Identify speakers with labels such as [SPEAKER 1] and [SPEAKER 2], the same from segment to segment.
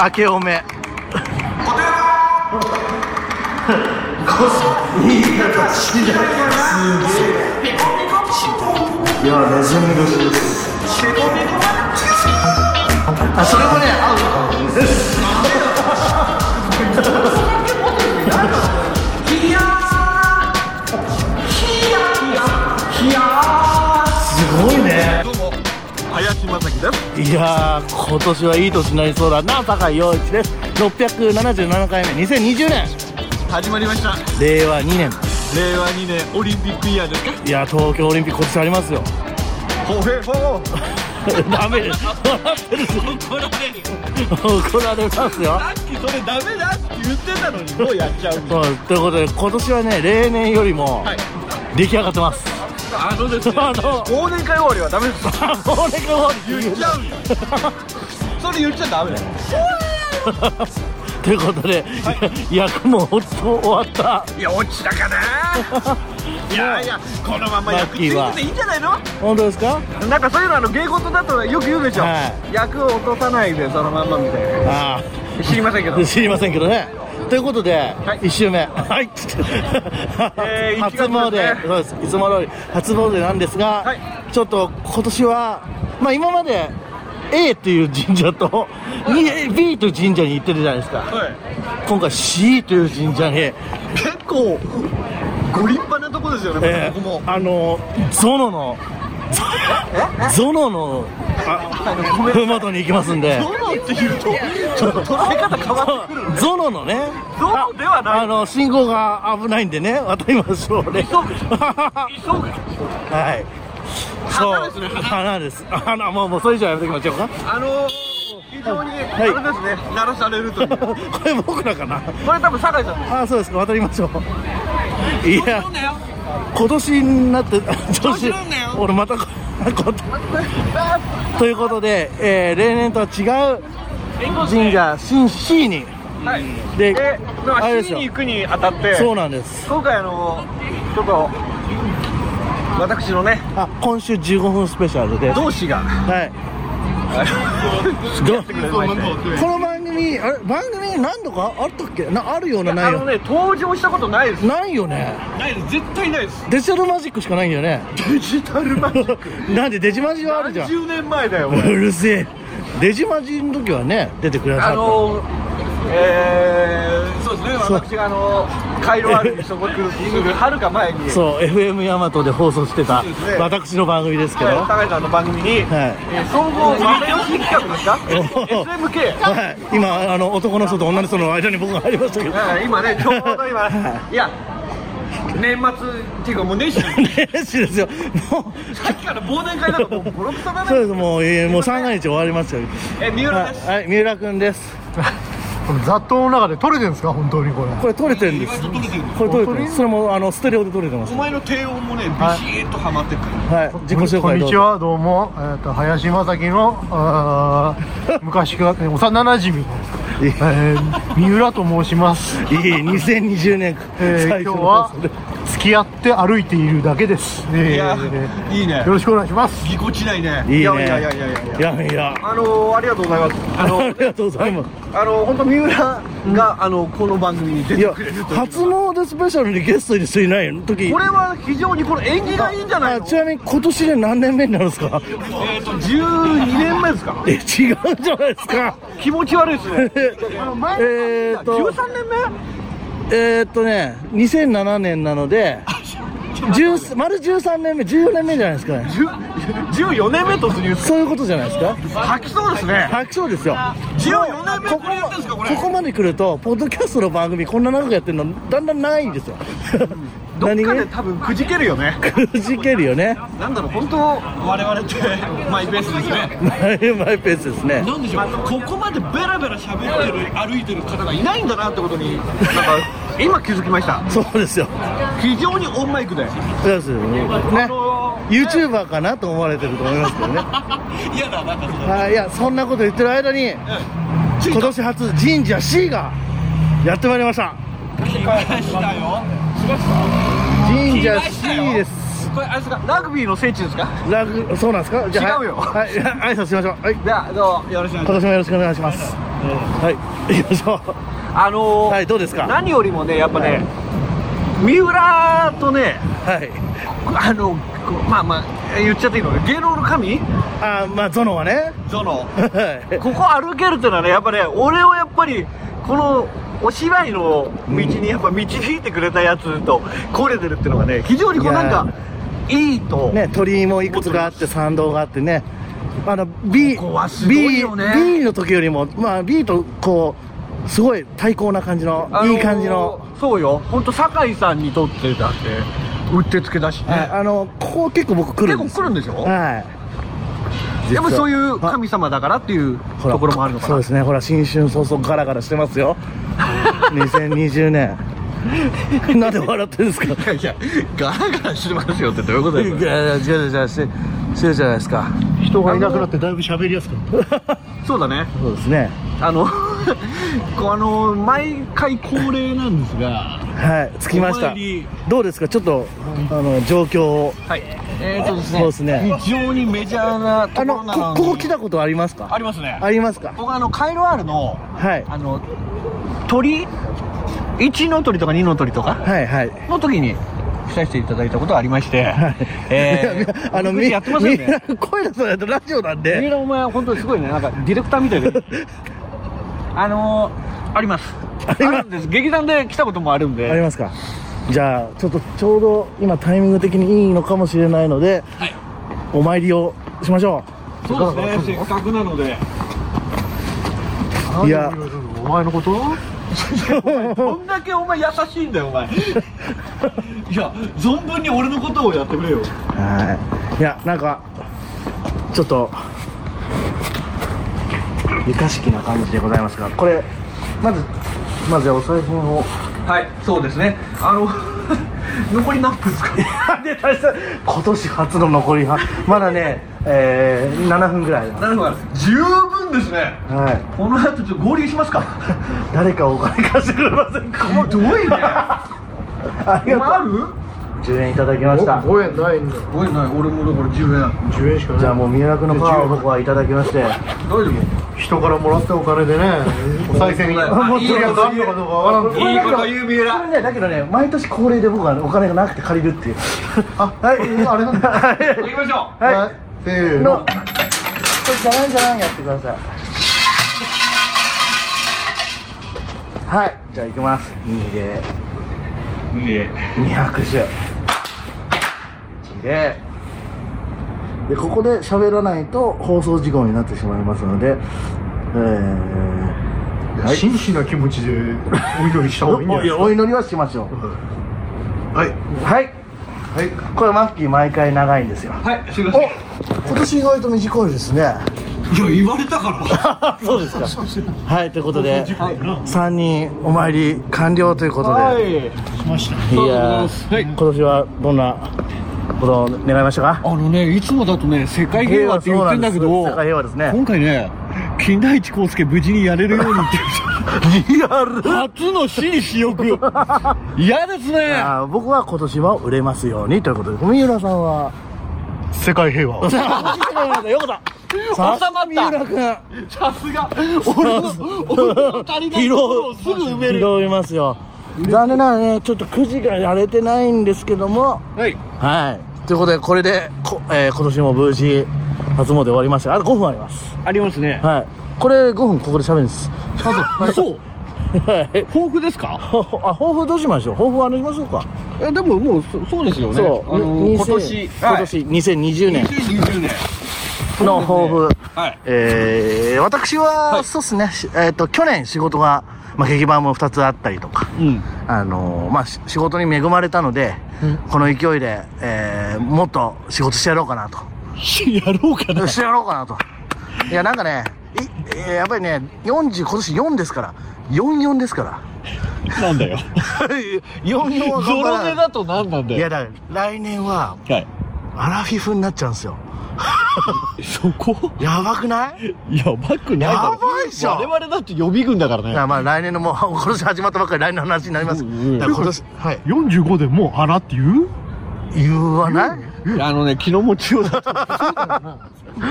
[SPEAKER 1] 明けおめ
[SPEAKER 2] いやレジェンド級です
[SPEAKER 1] あそれもね合うすごいね
[SPEAKER 3] 林正樹です
[SPEAKER 1] いやー今年はいい年になりそうだな坂井陽一です677回目2020年
[SPEAKER 3] 始まりました
[SPEAKER 1] 令和2年
[SPEAKER 3] 令和2年オリンピックイヤーですか
[SPEAKER 1] いやー東京オリンピック今年ありますよ
[SPEAKER 3] ほへほ
[SPEAKER 1] ダメです 笑ってる
[SPEAKER 3] これさ
[SPEAKER 1] 怒られますよ
[SPEAKER 3] っきそれダメだって言ってたのにもうやっちゃう
[SPEAKER 1] そうということで今年はね例年よりも
[SPEAKER 3] はい
[SPEAKER 1] 出来上がってます、
[SPEAKER 3] あのですね
[SPEAKER 1] あの
[SPEAKER 3] 忘年会終わりはダメです
[SPEAKER 1] 忘年会終わり
[SPEAKER 3] 言っちゃうよそれ言っちゃダメだよ
[SPEAKER 1] ということで、役も落ち終わった
[SPEAKER 3] いや落ちたかないやいやこのまま役ついてていいんじゃないの
[SPEAKER 1] 本当ですか
[SPEAKER 3] なんかそういうのあの芸事だとよく言うでしょ、
[SPEAKER 1] は
[SPEAKER 3] 役を落とさないでそのまんまみたいな
[SPEAKER 1] あ
[SPEAKER 3] 知りませんけど
[SPEAKER 1] あ知りませんけどねということで、
[SPEAKER 3] い
[SPEAKER 1] 一1周目はい、
[SPEAKER 3] えー
[SPEAKER 1] 初
[SPEAKER 3] 1月ですね
[SPEAKER 1] 詣そうですいつも通り初詣なんですが、
[SPEAKER 3] はい
[SPEAKER 1] ちょっと今年はまあ今まで A っていう神社と B という神社に行ってるじゃないですか
[SPEAKER 3] はい
[SPEAKER 1] 今回 C という神社に
[SPEAKER 3] 結構ご立派なとこですよね、
[SPEAKER 1] え
[SPEAKER 3] ここも
[SPEAKER 1] ー、あのゾノのゾノのふもとに行きますんで
[SPEAKER 3] どのっていうとちょっと捉え方変わってくる
[SPEAKER 1] ゾノのね
[SPEAKER 3] ゾノではない
[SPEAKER 1] ああの信号が危ないんでね渡りましょうね
[SPEAKER 3] そうか
[SPEAKER 1] はい
[SPEAKER 3] 花ですね
[SPEAKER 1] 花です花もうもうそれ以上はやめときましょうか
[SPEAKER 3] あのー、非常にあ
[SPEAKER 1] い
[SPEAKER 3] れですね、鳴らされるという こ
[SPEAKER 1] これ僕らかな
[SPEAKER 3] れ多分酒井さんで
[SPEAKER 1] ああそうですか渡りましょういや
[SPEAKER 3] だよ
[SPEAKER 1] 今年になって調
[SPEAKER 3] 子乗んなよ
[SPEAKER 1] 俺またこことということで、えー例年とは違う神社新 C に
[SPEAKER 3] はい
[SPEAKER 1] で
[SPEAKER 3] で、ま
[SPEAKER 1] あ
[SPEAKER 3] あ、
[SPEAKER 1] れです
[SPEAKER 3] 市
[SPEAKER 1] よ
[SPEAKER 3] に行くにあたって
[SPEAKER 1] そうなんです
[SPEAKER 3] 今回あのー、ちょっと私のね
[SPEAKER 1] あ今週15分スペシャルで
[SPEAKER 3] 同志が
[SPEAKER 1] はい
[SPEAKER 3] やってくれまして
[SPEAKER 1] この番組あれ番組何度かあったっけなあるようなな
[SPEAKER 3] あ
[SPEAKER 1] い
[SPEAKER 3] の
[SPEAKER 1] よ
[SPEAKER 3] ね登場したことないです
[SPEAKER 1] うなないよね
[SPEAKER 3] ないです絶対ないです
[SPEAKER 1] デジタルマジックしかないんだよ ね
[SPEAKER 3] デジタルマジック
[SPEAKER 1] なんでデジマジはあるじゃん
[SPEAKER 3] 30年前だよ
[SPEAKER 1] うるせえデジマジの時はね出てくれなか
[SPEAKER 3] あ
[SPEAKER 1] った
[SPEAKER 3] のえー、そうですね
[SPEAKER 1] そう
[SPEAKER 3] 私があのカイロアルに所属するはるか前に
[SPEAKER 1] そう FM ヤマトで放送してた
[SPEAKER 3] そうですね
[SPEAKER 1] 私の番組ですけど
[SPEAKER 3] 高井さんの番組に、
[SPEAKER 1] はい
[SPEAKER 3] えー総合又吉企画ですか
[SPEAKER 1] お
[SPEAKER 3] SMK
[SPEAKER 1] はい、今あの男の人と女の人の間に僕が入りましたけど
[SPEAKER 3] だから今ねちょうど今いや年末っていうかもう年始
[SPEAKER 1] 嬉しいですよも
[SPEAKER 3] さっきから忘年会なんかもうボロクソだ
[SPEAKER 1] うそう
[SPEAKER 3] ね
[SPEAKER 1] ですもう、えーもう三が日終わりましたよ
[SPEAKER 3] え三浦です、
[SPEAKER 1] はい、はい、三浦君です
[SPEAKER 2] 雑踏の中で取れてるんですか本当にこれ
[SPEAKER 1] これ取れてるんですこれ取れてるんですそれもあのステレオで取れてます
[SPEAKER 3] お前の低音もねビシッとはまってくる、
[SPEAKER 1] はい自己紹
[SPEAKER 2] こん
[SPEAKER 1] 介ど
[SPEAKER 2] に
[SPEAKER 1] う
[SPEAKER 2] ち
[SPEAKER 1] ぞ
[SPEAKER 2] はどうも、えー、と林正樹のあー昔からえー幼馴染みの、えー三浦と申します、
[SPEAKER 1] いい2020年
[SPEAKER 2] えー
[SPEAKER 1] 最初
[SPEAKER 2] 今日
[SPEAKER 1] の放送で
[SPEAKER 2] は付き合って歩いているだけです、えー
[SPEAKER 3] いや
[SPEAKER 2] え
[SPEAKER 3] いいね
[SPEAKER 2] ーよろしくお願いします
[SPEAKER 3] ぎこちないね
[SPEAKER 1] いいね
[SPEAKER 3] いやいやいやいやいや
[SPEAKER 1] いやいや
[SPEAKER 3] あのー、ありがとうございますあの
[SPEAKER 1] ありがとうございます
[SPEAKER 3] あの本当三浦が、あのこの番組に出
[SPEAKER 1] い
[SPEAKER 3] て
[SPEAKER 1] や
[SPEAKER 3] くれるという
[SPEAKER 1] 初詣スペシャルにゲストにしていない時
[SPEAKER 3] これは非常にこの縁起がいいんじゃない
[SPEAKER 1] あ
[SPEAKER 3] の
[SPEAKER 1] ちなみに今年で何年目になるんですか
[SPEAKER 3] えっ、と12年目ですか
[SPEAKER 1] え違うんじゃないですか
[SPEAKER 3] 気持ち悪いですね
[SPEAKER 1] えーっと
[SPEAKER 3] 13年目
[SPEAKER 1] えーっとね、2007年なので、10丸13年目、14年目じゃないですかね。
[SPEAKER 3] 10 14年目突入
[SPEAKER 1] そういうことじゃないですか。
[SPEAKER 3] 吐きそうですね
[SPEAKER 1] はい、そうですよ。
[SPEAKER 3] 14年目
[SPEAKER 1] こ
[SPEAKER 3] こ
[SPEAKER 1] こ
[SPEAKER 3] れやってんですかこ
[SPEAKER 1] こ
[SPEAKER 3] れ
[SPEAKER 1] こまで来ると、ポッドキャストの番組、こんな長くやってるの、だんだんないんですよ。
[SPEAKER 3] どっ
[SPEAKER 1] 何
[SPEAKER 3] かで
[SPEAKER 1] が
[SPEAKER 3] 多分くじけるよね
[SPEAKER 1] くじけるよね。
[SPEAKER 3] なんだろう本当我々って マイペースですね
[SPEAKER 1] マイマイペースですね。
[SPEAKER 3] なんでしょうここまでベラベラ喋ってる歩いてる方がいないんだなってことになんか今気づきました
[SPEAKER 1] そうですよ。
[SPEAKER 3] 非常にオンマイクで
[SPEAKER 1] そうですよね。ね。YouTuber かなと思われてると思いますけど ね。
[SPEAKER 3] 嫌だなんかそ
[SPEAKER 1] はい、いや、そんなこと言ってる間に、
[SPEAKER 3] つい
[SPEAKER 1] 今年初神社 C がやってまいりました。
[SPEAKER 3] 来ましたよ
[SPEAKER 1] 神社
[SPEAKER 3] 来ましたよ
[SPEAKER 1] C です。
[SPEAKER 3] これあれですかラグビーの聖地ですか
[SPEAKER 1] ラグそうなんですかじゃあ
[SPEAKER 3] 違うよ
[SPEAKER 1] はい、はい、挨拶しましょうはい
[SPEAKER 3] じゃあどうもよろしくお願いし
[SPEAKER 1] 今年もよろしくお願いします
[SPEAKER 3] ま
[SPEAKER 1] はい行きましょう
[SPEAKER 3] あのー
[SPEAKER 1] はいどうですか
[SPEAKER 3] 何よりもねやっぱね、三浦とね
[SPEAKER 1] はい
[SPEAKER 3] あのこうまあまあ言っちゃっていいの芸能の神
[SPEAKER 1] あまあゾノはね
[SPEAKER 3] ゾノ
[SPEAKER 1] はい
[SPEAKER 3] ここ歩けるってのはねやっぱね俺をやっぱりこのお芝居の道にやっぱ導いてくれたやつと来れてるってのがね非常にこうなんかいいと、
[SPEAKER 1] ね、鳥居もいくつかあって参道があってねあの B,
[SPEAKER 3] ここはすごいよね
[SPEAKER 1] B, B の時よりも、まあ、B とこうすごい対抗な感じの、
[SPEAKER 3] あのー
[SPEAKER 1] いい感じの
[SPEAKER 3] そうよ本当酒井さんにとってだってうってつけだしね、
[SPEAKER 1] ああのここ結構僕来るん
[SPEAKER 3] 結構
[SPEAKER 1] です
[SPEAKER 3] 来るんでしょ、
[SPEAKER 1] はい
[SPEAKER 3] でもそういう
[SPEAKER 1] あ
[SPEAKER 3] 神様だからっていう
[SPEAKER 1] ほら
[SPEAKER 3] ところもあるのか
[SPEAKER 1] そう
[SPEAKER 3] な
[SPEAKER 1] ですねほら新春早々ガラガラしてますよ2020年 なんで笑ってるんですか
[SPEAKER 3] いやいやガラガラしてますよってどういうことですか
[SPEAKER 1] や違う違う違うしてしてるじゃないですか
[SPEAKER 2] 人がいなくなってだいぶ喋りやすくなった
[SPEAKER 3] そうだね
[SPEAKER 1] そうですね
[SPEAKER 3] あの こうあの毎回恒例なんですが
[SPEAKER 1] はい着きまし
[SPEAKER 3] お
[SPEAKER 1] た
[SPEAKER 3] 参り
[SPEAKER 1] どうですかちょっとあの状況を
[SPEAKER 3] はいえーとですね
[SPEAKER 1] そうですね
[SPEAKER 3] 非常にメジャーなと
[SPEAKER 1] あ
[SPEAKER 3] こ
[SPEAKER 1] の
[SPEAKER 3] ろなの
[SPEAKER 1] こ
[SPEAKER 3] で
[SPEAKER 1] ここ来たことありますか
[SPEAKER 3] ありますね
[SPEAKER 1] ありますか
[SPEAKER 3] 僕あのカイロアールの
[SPEAKER 1] はい
[SPEAKER 3] あの鳥1の鳥とか2の鳥とか
[SPEAKER 1] はいはい
[SPEAKER 3] の時に来させていただいたことがありまして、え
[SPEAKER 1] いや
[SPEAKER 3] ー、あの
[SPEAKER 1] み
[SPEAKER 3] やってますよ
[SPEAKER 1] みんな
[SPEAKER 3] ね
[SPEAKER 1] 声出さないとラジオなん
[SPEAKER 3] 三
[SPEAKER 1] で
[SPEAKER 3] 浦お前本当にすごいねなんかディレクターみたいであのー、ありますあ
[SPEAKER 1] ります
[SPEAKER 3] るんです劇団で来たこともある
[SPEAKER 1] あ
[SPEAKER 3] ん
[SPEAKER 1] り
[SPEAKER 3] で
[SPEAKER 1] ますかじゃあちょっとちょうど今タイミング的にいいのかもしれないので、
[SPEAKER 3] はい
[SPEAKER 1] お参りをしましょ
[SPEAKER 3] そうですねせっかくなので
[SPEAKER 1] いや
[SPEAKER 2] なんで俺がお前のこと
[SPEAKER 3] どんだけお前優しいんだよお 前いや存分に俺のことをやってくれよ
[SPEAKER 1] うはいいやなんかちょっとゆかしきな感じでございますがこれまずまずじゃあお財布を
[SPEAKER 3] はいそうですねあの 残り何分ですか
[SPEAKER 1] で大した今年初の残り半まだね、えー、7分ぐらいだ
[SPEAKER 3] 何分ある十分ですね
[SPEAKER 1] はい
[SPEAKER 3] この後ちょっと合流しますか
[SPEAKER 1] 誰かお金貸してくれませんか
[SPEAKER 3] ひどいね
[SPEAKER 1] あり
[SPEAKER 3] 今あ
[SPEAKER 1] がとう
[SPEAKER 3] る
[SPEAKER 1] 10円いただきました
[SPEAKER 2] 5円ないんだよ
[SPEAKER 3] ごめんない俺もだから10円
[SPEAKER 2] 10円しか
[SPEAKER 1] じゃあ
[SPEAKER 2] ない
[SPEAKER 1] もう三浦君のパワーを僕はいただきまして
[SPEAKER 3] 大丈夫
[SPEAKER 2] 人からもらったお金でねお賽銭に
[SPEAKER 3] あ
[SPEAKER 2] 持ってるやつあ
[SPEAKER 3] い
[SPEAKER 2] ん
[SPEAKER 3] いこと言
[SPEAKER 2] のかどうかわからんけど
[SPEAKER 3] いいこと言う
[SPEAKER 1] こ
[SPEAKER 3] 三浦
[SPEAKER 1] れねだけどね毎年恒例で僕はねお金がなくて借りるっていう あはい
[SPEAKER 2] あれなんだ
[SPEAKER 3] 行きましょう
[SPEAKER 1] は
[SPEAKER 2] はいせー
[SPEAKER 1] い
[SPEAKER 2] の
[SPEAKER 1] のこれじゃらんじゃらんやってくださいはいじゃあ行きます2で210 1ででここで喋らないと放送事故になってしまいますのでえはい
[SPEAKER 2] 真摯な気持ちでお祈りした
[SPEAKER 1] ー、
[SPEAKER 2] 方がいいんじ
[SPEAKER 1] お
[SPEAKER 2] ゃない
[SPEAKER 1] い
[SPEAKER 2] です
[SPEAKER 1] や
[SPEAKER 2] か
[SPEAKER 1] お祈りはしましょ
[SPEAKER 2] はいう
[SPEAKER 1] はい
[SPEAKER 2] はい
[SPEAKER 1] これマッキー毎回長いんですよ
[SPEAKER 3] はいすいま
[SPEAKER 1] お
[SPEAKER 3] せん
[SPEAKER 1] 今年意外と短いですね
[SPEAKER 3] いや言われたから
[SPEAKER 1] そうですかはいということで
[SPEAKER 3] はい
[SPEAKER 1] 3人お参り完了ということで、
[SPEAKER 3] はい
[SPEAKER 2] しました
[SPEAKER 1] い、
[SPEAKER 3] りがとうござい
[SPEAKER 1] や
[SPEAKER 3] ますは
[SPEAKER 1] ー
[SPEAKER 3] い
[SPEAKER 1] 今年はどんなことを願いましたか
[SPEAKER 3] あのねいつもだとね世界平和って言ってんだけど
[SPEAKER 1] 世界平和ですね
[SPEAKER 3] 今回ね金田一耕助無事にやれるようにって
[SPEAKER 1] リアル
[SPEAKER 3] 初の紳士欲嫌ですね
[SPEAKER 1] あー僕は今年は売れますようにということで三浦さんは
[SPEAKER 2] 世界平和
[SPEAKER 1] 収まったよかったさ
[SPEAKER 3] 収まった
[SPEAKER 1] 三浦君
[SPEAKER 3] さすが俺の俺の足りないところをすぐ埋める
[SPEAKER 1] 拾いますよ残念ながらねちょっとくじがやれてないんですけども
[SPEAKER 3] はい
[SPEAKER 1] はいということでこれでこ、えー今年も無事初詣終わりましたあと5分あります
[SPEAKER 3] ありますね
[SPEAKER 1] はいこれ5分ここで喋るんです
[SPEAKER 3] そう
[SPEAKER 1] はい
[SPEAKER 3] 豊富ですか
[SPEAKER 1] ほほあ抱負どうしましょう抱負は話しましょうか
[SPEAKER 3] えでももうそそうですよね
[SPEAKER 1] そう、
[SPEAKER 3] あの
[SPEAKER 1] に
[SPEAKER 3] 今年
[SPEAKER 1] 今年2020年
[SPEAKER 3] 2020年
[SPEAKER 1] の抱負、
[SPEAKER 3] はい
[SPEAKER 1] えー私は、そうですね、しえっ、と、去年仕事が、まあ、劇場も2つあったりとか、
[SPEAKER 3] うん
[SPEAKER 1] あのーまあ、し仕事に恵まれたので、この勢いで、えーもっと仕事してやろうかなと。
[SPEAKER 3] やろうかな
[SPEAKER 1] してやろうかなと。いや、なんかね、いえーやっぱりね、40、今年4ですから、44ですから。
[SPEAKER 3] な んだよ
[SPEAKER 1] 44は頑張ら
[SPEAKER 3] ゾロ
[SPEAKER 1] な
[SPEAKER 3] 目
[SPEAKER 1] い
[SPEAKER 3] だと何なん
[SPEAKER 1] い
[SPEAKER 3] だよ
[SPEAKER 1] や、だから、来年は、
[SPEAKER 3] はい
[SPEAKER 1] アラフィフになっちゃうんですよ。
[SPEAKER 3] そこ
[SPEAKER 1] やばくない
[SPEAKER 3] やばくないだろ
[SPEAKER 1] やばいっしょ
[SPEAKER 3] 我々だって予備軍だから
[SPEAKER 1] い
[SPEAKER 3] ね
[SPEAKER 1] やまあ来年のもう 今年始まったばっかり来年の話になります、
[SPEAKER 3] うんうん
[SPEAKER 1] だから今年はい
[SPEAKER 2] 45でもうあらって言う
[SPEAKER 1] 言わない
[SPEAKER 3] あのね気の持ちようだと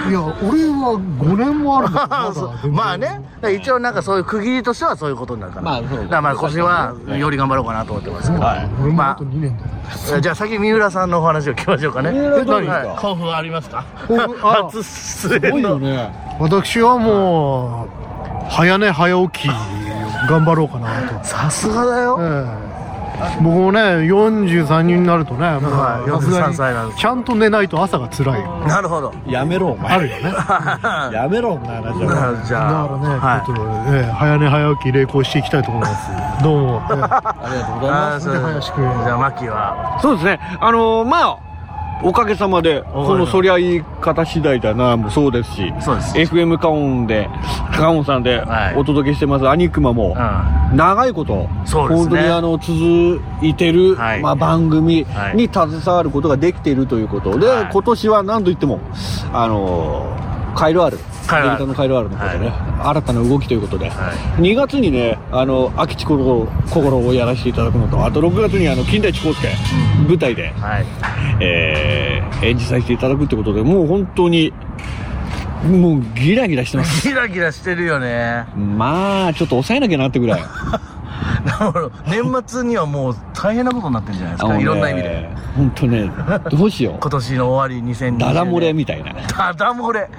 [SPEAKER 2] いや、俺は5年もあるから
[SPEAKER 1] あ
[SPEAKER 2] まだ全
[SPEAKER 1] そう
[SPEAKER 2] 然
[SPEAKER 1] まあね、だから一応なんかそういう区切りとしてはそういうことになるから。
[SPEAKER 4] まあそう
[SPEAKER 1] だからまあ今年はより頑張ろうかなと思ってますけど。
[SPEAKER 4] はい
[SPEAKER 2] 俺も
[SPEAKER 1] ま
[SPEAKER 2] あと2年だよ。
[SPEAKER 1] あ、じゃあ先三浦さんのお話を聞きましょうかね。
[SPEAKER 4] 三浦どうですか
[SPEAKER 1] はい興奮ありますか
[SPEAKER 2] 興奮あ
[SPEAKER 1] 初出
[SPEAKER 4] 多
[SPEAKER 1] 演
[SPEAKER 4] いよ
[SPEAKER 1] の。
[SPEAKER 4] ね
[SPEAKER 2] 私はもう、早寝早起き、頑張ろうかな と。
[SPEAKER 1] さすがだよ。
[SPEAKER 2] ええ僕もね、43人になるとね、もう
[SPEAKER 1] はい
[SPEAKER 2] さすが
[SPEAKER 1] 43
[SPEAKER 2] に
[SPEAKER 1] 歳なんです
[SPEAKER 2] ちゃんと寝ないと朝が 辛い。
[SPEAKER 1] なるほど。
[SPEAKER 4] やめろお前
[SPEAKER 2] あるよね。だか
[SPEAKER 4] やめろお前話は
[SPEAKER 1] じゃあ、
[SPEAKER 2] らね、ちょ
[SPEAKER 1] は
[SPEAKER 2] っと、ええ早寝早起き、励行していきたいと思い ます。どうも。ええ
[SPEAKER 4] あり
[SPEAKER 1] い。
[SPEAKER 4] がとうござい
[SPEAKER 1] あ
[SPEAKER 4] ま
[SPEAKER 1] ー
[SPEAKER 2] す
[SPEAKER 1] そう
[SPEAKER 2] で林くん
[SPEAKER 1] じゃあ、マキは。
[SPEAKER 4] すそうですねあのーまあおかげさまでこのそりゃいい方次第だなもそうですし
[SPEAKER 1] そうです
[SPEAKER 4] FM カオンでカオンさんで
[SPEAKER 1] はい
[SPEAKER 4] お届けしてますアニクマも
[SPEAKER 1] う
[SPEAKER 4] 長いこと、
[SPEAKER 1] そうですね
[SPEAKER 4] 本当にあの続いてる、
[SPEAKER 1] はい
[SPEAKER 4] まあ、番組
[SPEAKER 1] はい
[SPEAKER 4] に携わることができているということで、
[SPEAKER 1] はい
[SPEAKER 4] 今年は何といっても、あのーカイロアール
[SPEAKER 1] カイロアール
[SPEAKER 4] アメリカのカイロアールのことね、新たな動きということで、
[SPEAKER 1] は
[SPEAKER 4] 2月にねあの空き地心心をやらせていただくのとあと6月にあの金田一耕助、舞台で
[SPEAKER 1] ん。、はい。
[SPEAKER 4] えー演じさせていただくということでもう本当にもうギラギラし てます
[SPEAKER 1] ギラギラしてるよね。
[SPEAKER 4] まあちょっと抑えなきゃなってぐらい
[SPEAKER 1] だから年末にはもう大変なことになってるんじゃないです
[SPEAKER 4] あの
[SPEAKER 1] か。
[SPEAKER 4] ね
[SPEAKER 1] いろんな意味で。
[SPEAKER 4] 本当ねどうしよ
[SPEAKER 1] 今年の終わり2020
[SPEAKER 4] う
[SPEAKER 1] 年。
[SPEAKER 4] ダダ漏れ。みたいな
[SPEAKER 1] ダダ漏れ。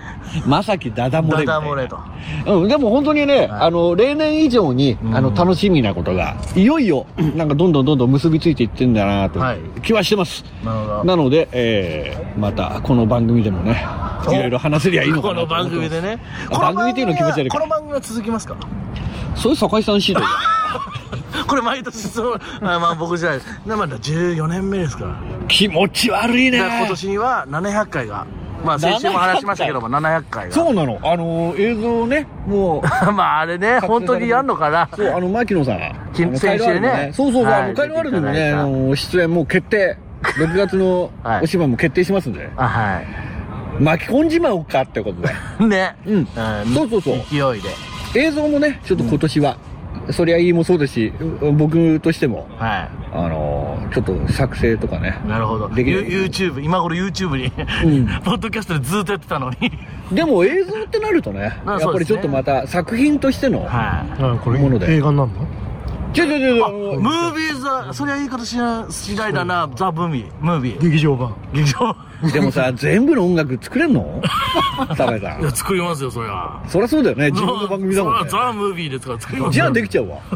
[SPEAKER 4] まさきダダ漏れ
[SPEAKER 1] ダ
[SPEAKER 4] みたい
[SPEAKER 1] ダ
[SPEAKER 4] な
[SPEAKER 1] 漏れと。
[SPEAKER 4] うん、でも本当にね、あの例年以上に、
[SPEAKER 1] うん
[SPEAKER 4] あの楽しみなことがいよいよなんかどんどんどんどん結びついていってんだなと、
[SPEAKER 1] はい
[SPEAKER 4] 気はしてます
[SPEAKER 1] なるほど。
[SPEAKER 4] なので、えーまたこの番組でもね
[SPEAKER 1] お
[SPEAKER 4] いろいろ話せりゃいいのか
[SPEAKER 1] こ
[SPEAKER 4] な
[SPEAKER 1] の
[SPEAKER 4] と思っ
[SPEAKER 1] 番
[SPEAKER 4] て
[SPEAKER 1] 組でね。
[SPEAKER 4] あ番組っていうの気持ち悪い
[SPEAKER 1] こ
[SPEAKER 4] か
[SPEAKER 1] の
[SPEAKER 4] ら
[SPEAKER 1] 番組は続きますか
[SPEAKER 4] そういう堺さん次第だ よ
[SPEAKER 1] これ毎年そう、あまあ僕じゃないです。でまだ14年目ですから。
[SPEAKER 4] 気持ち悪いね
[SPEAKER 1] だから今年には700回が。まあ先週も話しましたけども、700回が。
[SPEAKER 4] そうなのあの映像ねも う
[SPEAKER 1] まああれね、本当にやんのかな。
[SPEAKER 4] そうあの牧野さん
[SPEAKER 1] き
[SPEAKER 4] あの
[SPEAKER 1] 先週ね
[SPEAKER 4] カイロワールのそうそうそう、
[SPEAKER 1] はい
[SPEAKER 4] あのカイロワールド
[SPEAKER 1] 出
[SPEAKER 4] の
[SPEAKER 1] てい
[SPEAKER 4] ね
[SPEAKER 1] ただ
[SPEAKER 4] あ
[SPEAKER 1] いた
[SPEAKER 4] の出演もう決定6月の
[SPEAKER 1] はい
[SPEAKER 4] お芝居も決定しますんで、
[SPEAKER 1] あ、はい。
[SPEAKER 4] 巻き込んじまおうかってことで
[SPEAKER 1] ね、
[SPEAKER 4] うんそうそうそう
[SPEAKER 1] 勢いで
[SPEAKER 4] 映像もね、ちょっと今年は、そりゃいいもそうですし、う僕としても、
[SPEAKER 1] は
[SPEAKER 4] あのーちょっと作成とかね
[SPEAKER 1] い。なるほど
[SPEAKER 4] できる
[SPEAKER 1] You- YouTube 今頃 YouTube に、
[SPEAKER 4] ん
[SPEAKER 1] ポッドキャストでずっとやってたのに
[SPEAKER 4] でも映像ってなるとね、
[SPEAKER 1] ま
[SPEAKER 4] や
[SPEAKER 1] あ
[SPEAKER 4] っ
[SPEAKER 1] そう
[SPEAKER 4] ぱ
[SPEAKER 1] で
[SPEAKER 4] り
[SPEAKER 1] す
[SPEAKER 4] ち
[SPEAKER 1] ね
[SPEAKER 4] ょっとまた作品としての、
[SPEAKER 1] は
[SPEAKER 2] あこれ
[SPEAKER 4] もので
[SPEAKER 2] 映画になるの
[SPEAKER 4] ちょちょちょちょあ
[SPEAKER 1] い
[SPEAKER 4] の
[SPEAKER 1] ムービーザそりゃいいことしな次第だなザ・ブーミームービー
[SPEAKER 2] 劇場版。
[SPEAKER 1] 劇場
[SPEAKER 4] でもさ、全部の音楽作れ んの坂井さ
[SPEAKER 1] いや
[SPEAKER 4] ん。
[SPEAKER 1] 作りますよそりゃ
[SPEAKER 4] そりゃそうだよね、自分の番組だもんね
[SPEAKER 1] ザ・。ザムービーですから作ります
[SPEAKER 4] じゃあ
[SPEAKER 1] よ
[SPEAKER 4] できちゃうわ。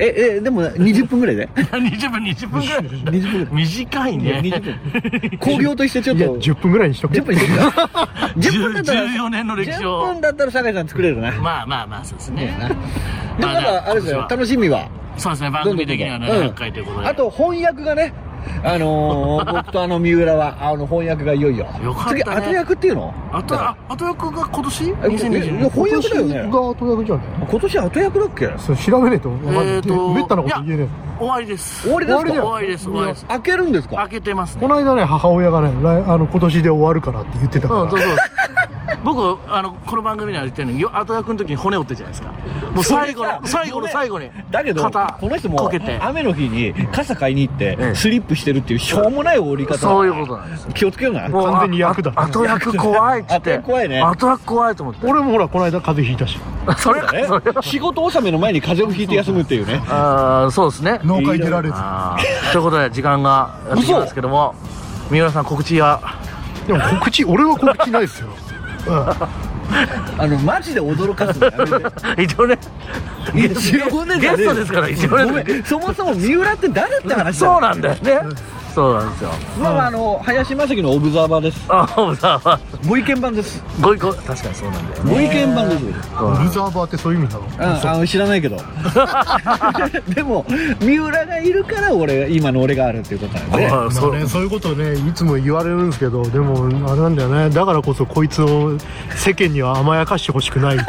[SPEAKER 4] え、え、でもね20分ぐら いで
[SPEAKER 1] 20分20分ぐらい
[SPEAKER 4] 20分
[SPEAKER 1] 短いね
[SPEAKER 4] 興行としてちょっ
[SPEAKER 2] いや、
[SPEAKER 4] と、
[SPEAKER 2] 10
[SPEAKER 4] 10
[SPEAKER 2] 分ぐらいにしとく。
[SPEAKER 4] 分 にしてみた10分だったら、
[SPEAKER 1] 14年の歴史を
[SPEAKER 4] 10分だったら坂井さん作れるな。
[SPEAKER 1] まあまあまあそうですね
[SPEAKER 4] でもまだあれですよ、楽しみは。
[SPEAKER 1] そうですね番
[SPEAKER 4] どんど
[SPEAKER 1] 組
[SPEAKER 4] んどん
[SPEAKER 1] 的には
[SPEAKER 4] どん
[SPEAKER 1] 700回ということ
[SPEAKER 4] う
[SPEAKER 1] で
[SPEAKER 4] んあと翻訳がねあの ー、僕とあの三浦はあの翻訳がいよいよ
[SPEAKER 1] よかったね
[SPEAKER 4] 次後役っていうの
[SPEAKER 1] あとああと役が今年
[SPEAKER 4] え
[SPEAKER 1] 2020
[SPEAKER 4] いや翻訳だよね
[SPEAKER 2] 今年が後役じゃね
[SPEAKER 4] 今年後役だっけ
[SPEAKER 2] それ調べねえと分かんない、
[SPEAKER 1] えーと
[SPEAKER 2] めったなこと言えね
[SPEAKER 1] 終わりです
[SPEAKER 4] 終わりですか
[SPEAKER 1] 終わりです終わりです
[SPEAKER 4] 開けるんです
[SPEAKER 1] 開
[SPEAKER 4] か
[SPEAKER 1] けてます
[SPEAKER 2] え
[SPEAKER 1] ね
[SPEAKER 2] この間ね母親がね来あの今年で終わるからって言ってたから、
[SPEAKER 1] うんそうそう 僕あのこの番組には言ってるのによ後役の時に骨折ってるじゃないですかもう最後の
[SPEAKER 4] それさ
[SPEAKER 1] 最後の
[SPEAKER 4] ごめん
[SPEAKER 1] 最後に
[SPEAKER 4] だけど
[SPEAKER 1] 肩
[SPEAKER 4] この人も
[SPEAKER 1] こけて
[SPEAKER 4] 雨の日に傘買いに行っ
[SPEAKER 1] え
[SPEAKER 4] て
[SPEAKER 1] え
[SPEAKER 4] スリップしてるっていうしょうもない折り方
[SPEAKER 1] そういうことなんです
[SPEAKER 4] 気をつけような
[SPEAKER 2] う完全に役だ
[SPEAKER 1] あ後役怖いっつって
[SPEAKER 4] 後役怖いね
[SPEAKER 1] 後役怖いと思って
[SPEAKER 2] 俺もほらこの間風邪ひいたし
[SPEAKER 1] それ
[SPEAKER 4] ね
[SPEAKER 1] それ
[SPEAKER 4] 仕事納めの前に風邪をひいて休むっていうね
[SPEAKER 1] ああそうですね
[SPEAKER 2] 農会出られず
[SPEAKER 1] あーということで時間がやってきたんですけども三浦さん告知は
[SPEAKER 2] でも告知俺は告知ないで すよ、う
[SPEAKER 4] あのマジで驚かすのやめて
[SPEAKER 1] 一応ね
[SPEAKER 4] ゲ
[SPEAKER 1] ゲストですから一応ね
[SPEAKER 4] そもそも三浦って誰って話
[SPEAKER 1] そうなんんだよねそうなんですよ
[SPEAKER 4] まあまああの林正樹のオブザーバーです
[SPEAKER 1] ああさあ
[SPEAKER 4] ご意見番です
[SPEAKER 1] ご意見確かにそうなんだよ
[SPEAKER 4] ご意見番です
[SPEAKER 2] ん、オブザーバーってそういう意味なの
[SPEAKER 4] うんあの知ら ないけどでも三浦がいるから俺今の俺があるっていうことなんで
[SPEAKER 1] ああ
[SPEAKER 2] そ
[SPEAKER 1] そうう
[SPEAKER 2] ね、そういうことをねいつも言われるんですけどでもあれなんだよねだからこそこいつを世間には甘やかしてほしくないい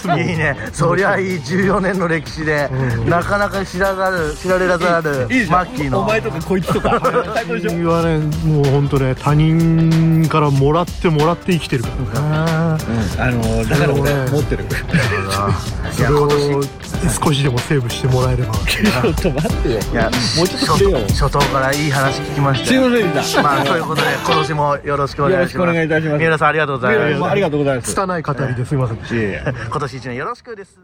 [SPEAKER 2] つも
[SPEAKER 1] いいねそりゃいい14年の歴史で、なかなか知らざる知られざる
[SPEAKER 4] いいじ
[SPEAKER 1] マ
[SPEAKER 4] ゃ
[SPEAKER 1] ッキー
[SPEAKER 4] ん
[SPEAKER 1] の
[SPEAKER 4] お前とかこい つとか最高でしょ
[SPEAKER 2] はねもう本当ね他人からもらってもらって生きてるからね
[SPEAKER 4] あのだから俺持ってる
[SPEAKER 1] いや今
[SPEAKER 2] それを
[SPEAKER 1] 年
[SPEAKER 2] 少しでもセーブしてもらえれば
[SPEAKER 4] ょっと待ってよ
[SPEAKER 1] いや
[SPEAKER 4] もうちょっとくれよ
[SPEAKER 1] 初初頭からいい話聞きました
[SPEAKER 4] すい
[SPEAKER 1] よ
[SPEAKER 4] ませんでした
[SPEAKER 1] まあということで今年もよろしくお願いします
[SPEAKER 4] よろしくお願いいたします
[SPEAKER 1] 三浦さんありがとうございま
[SPEAKER 4] ありがとうございます
[SPEAKER 2] 拙い語りですいません
[SPEAKER 4] いえいえ
[SPEAKER 1] す今年一年よろしくです